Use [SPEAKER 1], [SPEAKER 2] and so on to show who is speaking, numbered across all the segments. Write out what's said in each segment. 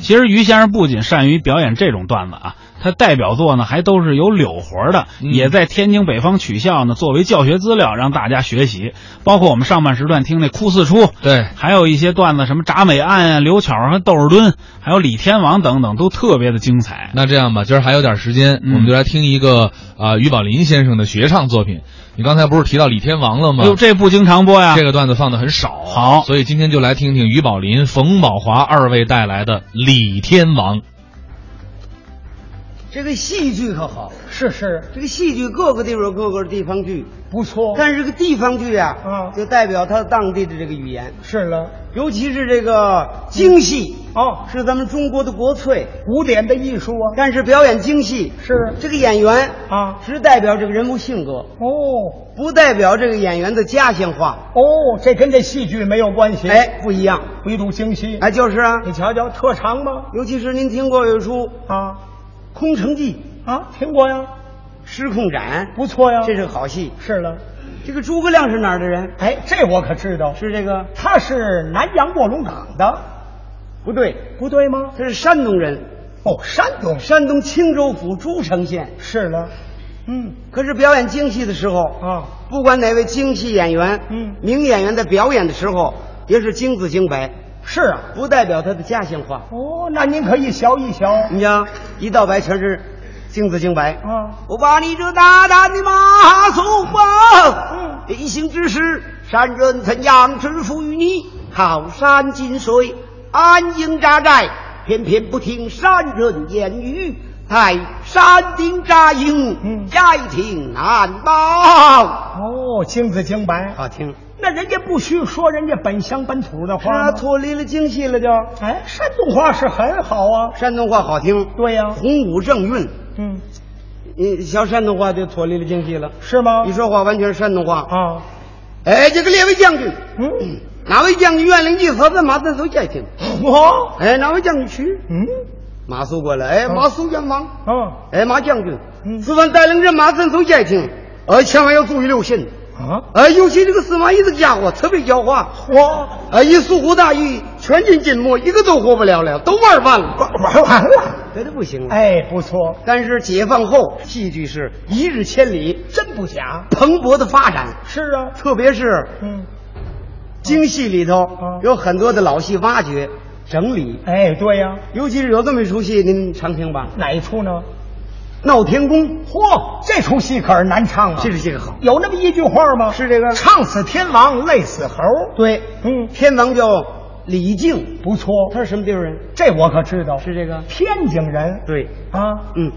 [SPEAKER 1] 其实于先生不仅善于表演这种段子啊，他代表作呢还都是有柳活的，
[SPEAKER 2] 嗯
[SPEAKER 1] 也在天津北方曲校呢作为教学资料让大家学习。包括我们上半时段听那哭四出，
[SPEAKER 2] 对，
[SPEAKER 1] 还有一些段子，什么铡美案啊、刘巧儿和窦尔敦，还有李天王等等，都特别的精彩。
[SPEAKER 2] 那这样吧，今儿还有点时间，
[SPEAKER 1] 嗯
[SPEAKER 2] 我们就来听一个啊、于宝林先生的学唱作品。你刚才不是提到李天王了吗
[SPEAKER 1] 哎？呦，这不经常播呀
[SPEAKER 2] 这。个段子放的很少，
[SPEAKER 1] 啊好
[SPEAKER 2] 所以今天就来听听于宝林、冯宝华二位带来的《李天王》。
[SPEAKER 3] 这个戏剧可好，
[SPEAKER 4] 是是，
[SPEAKER 3] 这个戏剧各个地方有各个地方剧，
[SPEAKER 4] 不错。
[SPEAKER 3] 但是这个地方剧啊，
[SPEAKER 4] 嗯
[SPEAKER 3] 就代表它当地的这个语言，
[SPEAKER 4] 是了，
[SPEAKER 3] 尤其是这个京戏
[SPEAKER 4] 哦
[SPEAKER 3] 是咱们中国的国粹。
[SPEAKER 4] 古典的艺术啊。
[SPEAKER 3] 但是表演京戏
[SPEAKER 4] 是
[SPEAKER 3] 这个演员
[SPEAKER 4] 啊
[SPEAKER 3] 只代表这个人物性格，
[SPEAKER 4] 哦
[SPEAKER 3] 不代表这个演员的家乡话。
[SPEAKER 4] 哦，这跟这戏剧没有关系。，
[SPEAKER 3] 哎，不一样。
[SPEAKER 4] 唯独京戏。
[SPEAKER 3] 哎，，就是啊
[SPEAKER 4] 你，瞧瞧，特长吗？
[SPEAKER 3] 尤其是您听过有书《
[SPEAKER 4] 啊
[SPEAKER 3] 空城计》《
[SPEAKER 4] 啊，听过呀，
[SPEAKER 3] 失控斩
[SPEAKER 4] 不错呀。》，
[SPEAKER 3] 这是个好戏。
[SPEAKER 4] 是了。
[SPEAKER 3] 这个诸葛亮是哪儿的人？
[SPEAKER 4] 哎，这我可知道，
[SPEAKER 3] 是这个？
[SPEAKER 4] 他是南洋卧龙岗的，
[SPEAKER 3] 不对，
[SPEAKER 4] 不对吗？
[SPEAKER 3] 他是山东人。
[SPEAKER 4] 哦，山东。
[SPEAKER 3] 山东青州府诸城县。
[SPEAKER 4] 是了，嗯
[SPEAKER 3] 可是表演京戏的时候，
[SPEAKER 4] 啊，
[SPEAKER 3] 不管哪位京戏演员，
[SPEAKER 4] 嗯
[SPEAKER 3] 名演员在表演的时候也是京字京白，
[SPEAKER 4] 是啊。
[SPEAKER 3] 不代表他的家乡话。
[SPEAKER 4] 哦，那您可以学一学。
[SPEAKER 3] 你像一到白全是京字京白。
[SPEAKER 4] 啊，
[SPEAKER 3] 我把你这大胆的马送吧，临行之时，山人曾养臣服于你，靠山近水，安营扎寨，偏偏不听山人言语，在山顶扎营，
[SPEAKER 4] 嗯
[SPEAKER 3] 寨亭难保。
[SPEAKER 4] 哦，京字京白。
[SPEAKER 3] 好听，
[SPEAKER 4] 那人家不须说人家本乡本土的
[SPEAKER 3] 是
[SPEAKER 4] 话
[SPEAKER 3] 啊，
[SPEAKER 4] 吗
[SPEAKER 3] 脱离了京戏了就。
[SPEAKER 4] 哎，山东话是很好啊。
[SPEAKER 3] 山东话好听，
[SPEAKER 4] 对呀、
[SPEAKER 3] 洪武正韵。
[SPEAKER 4] 嗯，
[SPEAKER 3] 嗯，小山东话就脱离了京戏了。
[SPEAKER 4] 是吗？
[SPEAKER 3] 你说话完全是山东话。
[SPEAKER 4] 啊，
[SPEAKER 3] 哎，这个列位将军，
[SPEAKER 4] 嗯，
[SPEAKER 3] 哪位将军愿领一盒子马子都接听。
[SPEAKER 4] 我，
[SPEAKER 3] 哎，哪位将军去？
[SPEAKER 4] 嗯，
[SPEAKER 3] 马谡过来，哎，马谡前往。
[SPEAKER 4] 啊
[SPEAKER 3] 哎，马将军，
[SPEAKER 4] 哦嗯
[SPEAKER 3] 此番带领着马镇走街听，呃，千万要注意留神。
[SPEAKER 4] 啊，
[SPEAKER 3] 呃，尤其这个司马懿这个家伙特别狡猾，
[SPEAKER 4] 我
[SPEAKER 3] 呃，一疏忽大意，全军尽没，一个都活不了了，都玩完了，
[SPEAKER 4] 玩完了。
[SPEAKER 3] 觉得不行了。
[SPEAKER 4] 哎，不错，
[SPEAKER 3] 但是解放后，戏剧是一日千里，
[SPEAKER 4] 真不假。
[SPEAKER 3] 蓬勃的发展，
[SPEAKER 4] 是啊，
[SPEAKER 3] 特别是
[SPEAKER 4] 嗯，
[SPEAKER 3] 京戏里头
[SPEAKER 4] 嗯
[SPEAKER 3] 有很多的老戏挖掘、整理，
[SPEAKER 4] 哎，对呀、
[SPEAKER 3] 尤其是有这么一出戏，您常听吧，
[SPEAKER 4] 哪一出呢？
[SPEAKER 3] 《闹天宫》。啊
[SPEAKER 4] 嚯，这出戏可是难唱啊。
[SPEAKER 3] 这是这个好。
[SPEAKER 4] 有那么一句话吗？
[SPEAKER 3] 是这个
[SPEAKER 4] 唱死天王，累死猴。，
[SPEAKER 3] 对，
[SPEAKER 4] 嗯，
[SPEAKER 3] 天王叫李靖，
[SPEAKER 4] 不错。
[SPEAKER 3] 他是什么地方人？
[SPEAKER 4] 这我可知道，
[SPEAKER 3] 是这个。
[SPEAKER 4] 天津人。
[SPEAKER 3] 对，
[SPEAKER 4] 啊，
[SPEAKER 3] 嗯，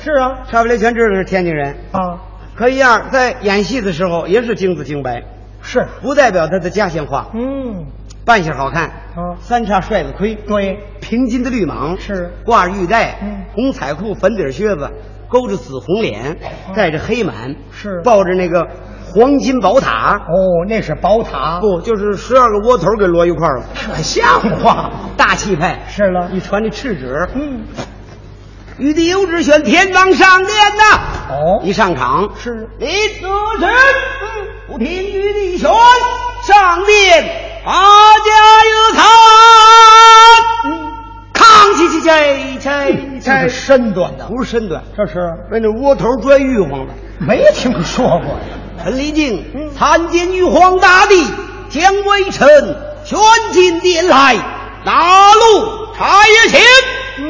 [SPEAKER 4] 是啊，
[SPEAKER 3] 差不离全知道是天津人。
[SPEAKER 4] 啊，
[SPEAKER 3] 可一样，在演戏的时候也是京字京白，
[SPEAKER 4] 是，
[SPEAKER 3] 不代表他的家乡话。
[SPEAKER 4] 嗯，
[SPEAKER 3] 扮相好看，
[SPEAKER 4] 啊，
[SPEAKER 3] 三叉帅子盔，
[SPEAKER 4] 对，
[SPEAKER 3] 平襟的绿蟒，
[SPEAKER 4] 是
[SPEAKER 3] 挂着玉带，
[SPEAKER 4] 嗯
[SPEAKER 3] 红彩裤，粉底靴子，勾着紫红脸，戴着黑满，
[SPEAKER 4] 哦是
[SPEAKER 3] 抱着那个黄金宝塔，
[SPEAKER 4] 哦，那是宝塔，
[SPEAKER 3] 不就是十二个窝头给摞一块儿了，
[SPEAKER 4] 可像话。
[SPEAKER 3] 大气派。
[SPEAKER 4] 是了
[SPEAKER 3] 一，传那赤指，
[SPEAKER 4] 嗯，
[SPEAKER 3] 玉帝有旨选天王上殿呐！
[SPEAKER 4] 哦
[SPEAKER 3] 一上场
[SPEAKER 4] 是
[SPEAKER 3] 你此时不听玉帝选，上殿八家有参。康起起起起
[SPEAKER 4] 这
[SPEAKER 3] 起，
[SPEAKER 4] 是身段的，
[SPEAKER 3] 不是身段，
[SPEAKER 4] 这是
[SPEAKER 3] 为那窝头拽玉皇的。
[SPEAKER 4] 没听说过呀。
[SPEAKER 3] 陈立敬
[SPEAKER 4] 嗯
[SPEAKER 3] 参见玉皇大帝，将微臣宣进殿来，拿路查也请。
[SPEAKER 4] 嗯，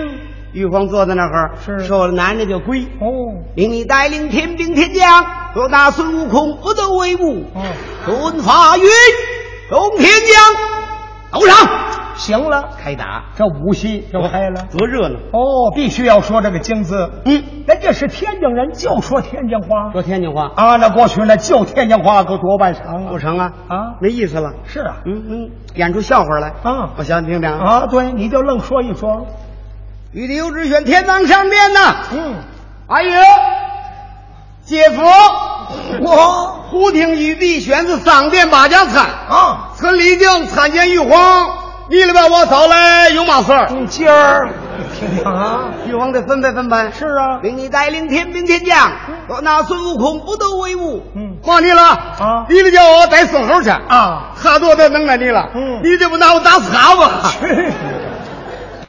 [SPEAKER 3] 玉皇坐在那儿，
[SPEAKER 4] 是
[SPEAKER 3] 受了难的就归。
[SPEAKER 4] 哦，
[SPEAKER 3] 令你带领天兵天将，捉拿孙悟空，不得为伍。
[SPEAKER 4] 哦，
[SPEAKER 3] 孙法云、龙天将，楼上
[SPEAKER 4] 行了，
[SPEAKER 3] 开打，
[SPEAKER 4] 这武戏就开了。
[SPEAKER 3] 多热闹！
[SPEAKER 4] 哦，必须要说这个京字，
[SPEAKER 3] 嗯，
[SPEAKER 4] 人家是天津人，就说天津话
[SPEAKER 3] 说天津话
[SPEAKER 4] 啊。那过去那就天津话可多半长
[SPEAKER 3] 不
[SPEAKER 4] 啊。
[SPEAKER 3] 成啊
[SPEAKER 4] 啊
[SPEAKER 3] 没意思了。
[SPEAKER 4] 是啊，
[SPEAKER 3] 嗯嗯，演出笑话来
[SPEAKER 4] 啊
[SPEAKER 3] 我想听听。
[SPEAKER 4] 啊，对，你就愣说一说。
[SPEAKER 3] 与刘志选天王上殿呐，
[SPEAKER 4] 嗯，
[SPEAKER 3] 阿姨，姐夫，我忽听玉帝选自上殿把家参，
[SPEAKER 4] 啊，
[SPEAKER 3] 村里将参见玉皇，你来把我找来有嘛事儿？
[SPEAKER 4] 你今儿啊，
[SPEAKER 3] 玉皇得分配分配。
[SPEAKER 4] 是啊，
[SPEAKER 3] 令你带领天兵天将，我拿孙悟空不得为伍。
[SPEAKER 4] 嗯
[SPEAKER 3] 放你了
[SPEAKER 4] 啊
[SPEAKER 3] 你得叫我逮孙猴去。
[SPEAKER 4] 啊，
[SPEAKER 3] 哈多的能耐你了，
[SPEAKER 4] 嗯
[SPEAKER 3] 你这不拿我打死蛤蟆？